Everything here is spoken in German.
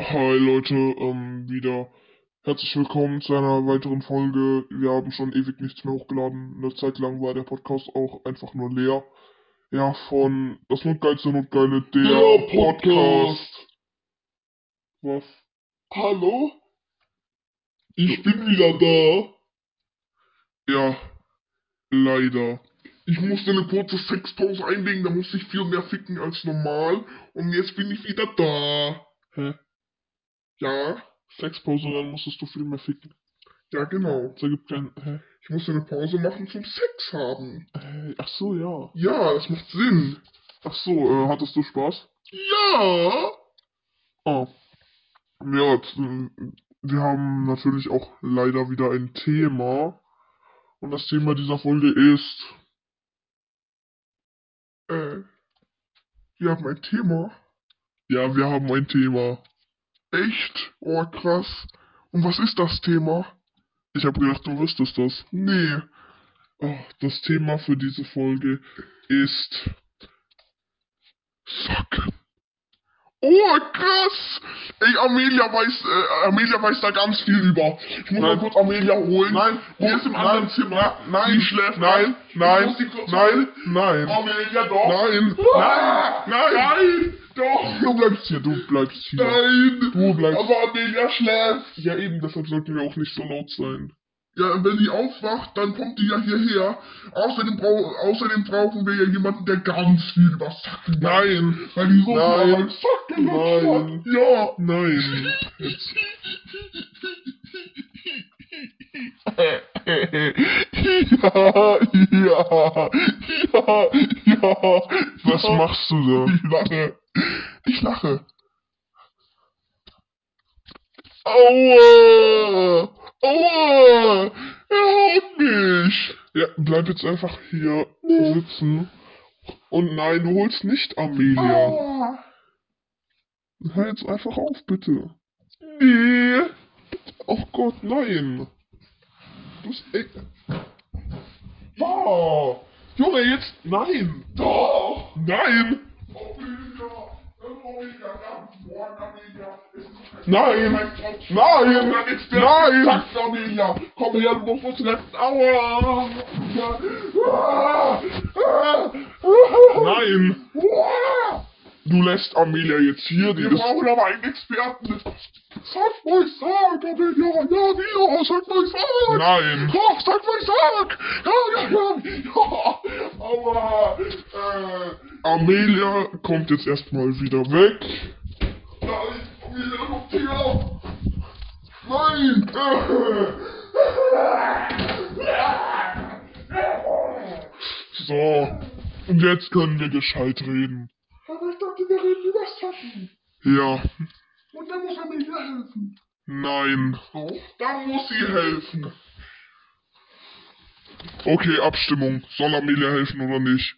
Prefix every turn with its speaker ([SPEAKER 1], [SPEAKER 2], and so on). [SPEAKER 1] Hi Leute, ähm, wieder herzlich willkommen zu einer weiteren Folge. Wir haben schon ewig nichts mehr hochgeladen. Eine Zeit lang war der Podcast auch einfach nur leer. Ja, von das Notgeilste Notgeile, der,
[SPEAKER 2] Der
[SPEAKER 1] Podcast. Was?
[SPEAKER 2] Hallo? Ich bin wieder da.
[SPEAKER 1] Ja, leider. Ich musste eine kurze Sexpause einlegen, da musste ich viel mehr ficken als normal. Und jetzt bin ich wieder da. Hä? Ja, Sexpause, dann musstest du viel mehr ficken. Ja, genau.
[SPEAKER 2] Da gibt kein. Hä?
[SPEAKER 1] Ich musste eine Pause machen zum Sex haben.
[SPEAKER 2] Äh, Ach so, ja.
[SPEAKER 1] Ja, das macht Sinn.
[SPEAKER 2] Ach so, äh, hattest du Spaß?
[SPEAKER 1] Ja!
[SPEAKER 2] Oh.
[SPEAKER 1] Ja, jetzt, ähm, wir haben natürlich auch leider wieder ein Thema. Und das Thema dieser Folge ist. Äh. Wir haben ein Thema. Ja, wir haben ein Thema. Echt? Oh, krass. Und was ist das Thema? Ich habe gedacht, du wüsstest das. Nee. Oh, das Thema für diese Folge ist. Socken. Oh, krass! Ey, Amelia weiß, äh, Amelia weiß da ganz viel über. Ich muss mal
[SPEAKER 2] Nein.
[SPEAKER 1] kurz Amelia holen.
[SPEAKER 2] Nein,
[SPEAKER 1] die
[SPEAKER 2] oh,
[SPEAKER 1] ist im anderen
[SPEAKER 2] nein,
[SPEAKER 1] Zimmer.
[SPEAKER 2] nein,
[SPEAKER 1] die schläft.
[SPEAKER 2] nein,
[SPEAKER 1] Ich
[SPEAKER 2] nein,
[SPEAKER 1] muss die kurz
[SPEAKER 2] nein,
[SPEAKER 1] holen.
[SPEAKER 2] nein.
[SPEAKER 1] Amelia, doch.
[SPEAKER 2] Nein,
[SPEAKER 1] Ah, nein, doch.
[SPEAKER 2] Du bleibst hier, du bleibst hier.
[SPEAKER 1] Nein.
[SPEAKER 2] Du bleibst.
[SPEAKER 1] Aber Amelia schläft.
[SPEAKER 2] ja, eben, deshalb sollten wir auch nicht so laut sein.
[SPEAKER 1] Ja, wenn die aufwacht, dann kommt die ja hierher. Außerdem, brau außerdem brauchen wir ja jemanden, der ganz viel über Sacken weiß.
[SPEAKER 2] Nein,
[SPEAKER 1] Weil die so viel
[SPEAKER 2] Nein.
[SPEAKER 1] über meinen Sack
[SPEAKER 2] Nein.
[SPEAKER 1] gelutscht hat. Ja.
[SPEAKER 2] nein. Jetzt. ja, ja, ja, ja. Was
[SPEAKER 1] Ja.
[SPEAKER 2] machst du da?
[SPEAKER 1] Ich lache. Ich lache.
[SPEAKER 2] Aua! Aua!
[SPEAKER 1] Er haut mich.
[SPEAKER 2] Ja, bleib jetzt einfach hier
[SPEAKER 1] Nee.
[SPEAKER 2] sitzen. Und nein, du holst nicht Amelia.
[SPEAKER 1] Ja.
[SPEAKER 2] Hör jetzt einfach auf, bitte.
[SPEAKER 1] Nee.
[SPEAKER 2] Oh Gott, nein. äh, Du bist echt...
[SPEAKER 1] Ja.
[SPEAKER 2] Junge, jetzt... Nein!
[SPEAKER 1] Doch.
[SPEAKER 2] Nein!
[SPEAKER 1] Nein! Nein! Nein! Sag Familia! Komm her, du musst uns retten! Aua! Ah! Ah!
[SPEAKER 2] Nein!
[SPEAKER 1] Ah!
[SPEAKER 2] Du lässt Amelia jetzt hier. Die
[SPEAKER 1] Wir
[SPEAKER 2] ist...
[SPEAKER 1] brauchen aber einen Experten! Sag mal, sag, Amelia! Ja, ja, sag mal, sag!
[SPEAKER 2] Nein!
[SPEAKER 1] Koch, sag mal, sag! Ja, ja, ja! ja. Aua! Äh,
[SPEAKER 2] Amelia kommt jetzt erstmal wieder weg.
[SPEAKER 1] Nein, Familie, kommt hier auf! Nein!
[SPEAKER 2] So. Und jetzt können wir gescheit reden.
[SPEAKER 1] Aber ich dachte, wir reden über Sachen.
[SPEAKER 2] Ja.
[SPEAKER 1] Und dann muss Amelia helfen.
[SPEAKER 2] Nein.
[SPEAKER 1] So? Dann muss sie helfen.
[SPEAKER 2] Okay, Abstimmung. Soll Amelia helfen oder nicht?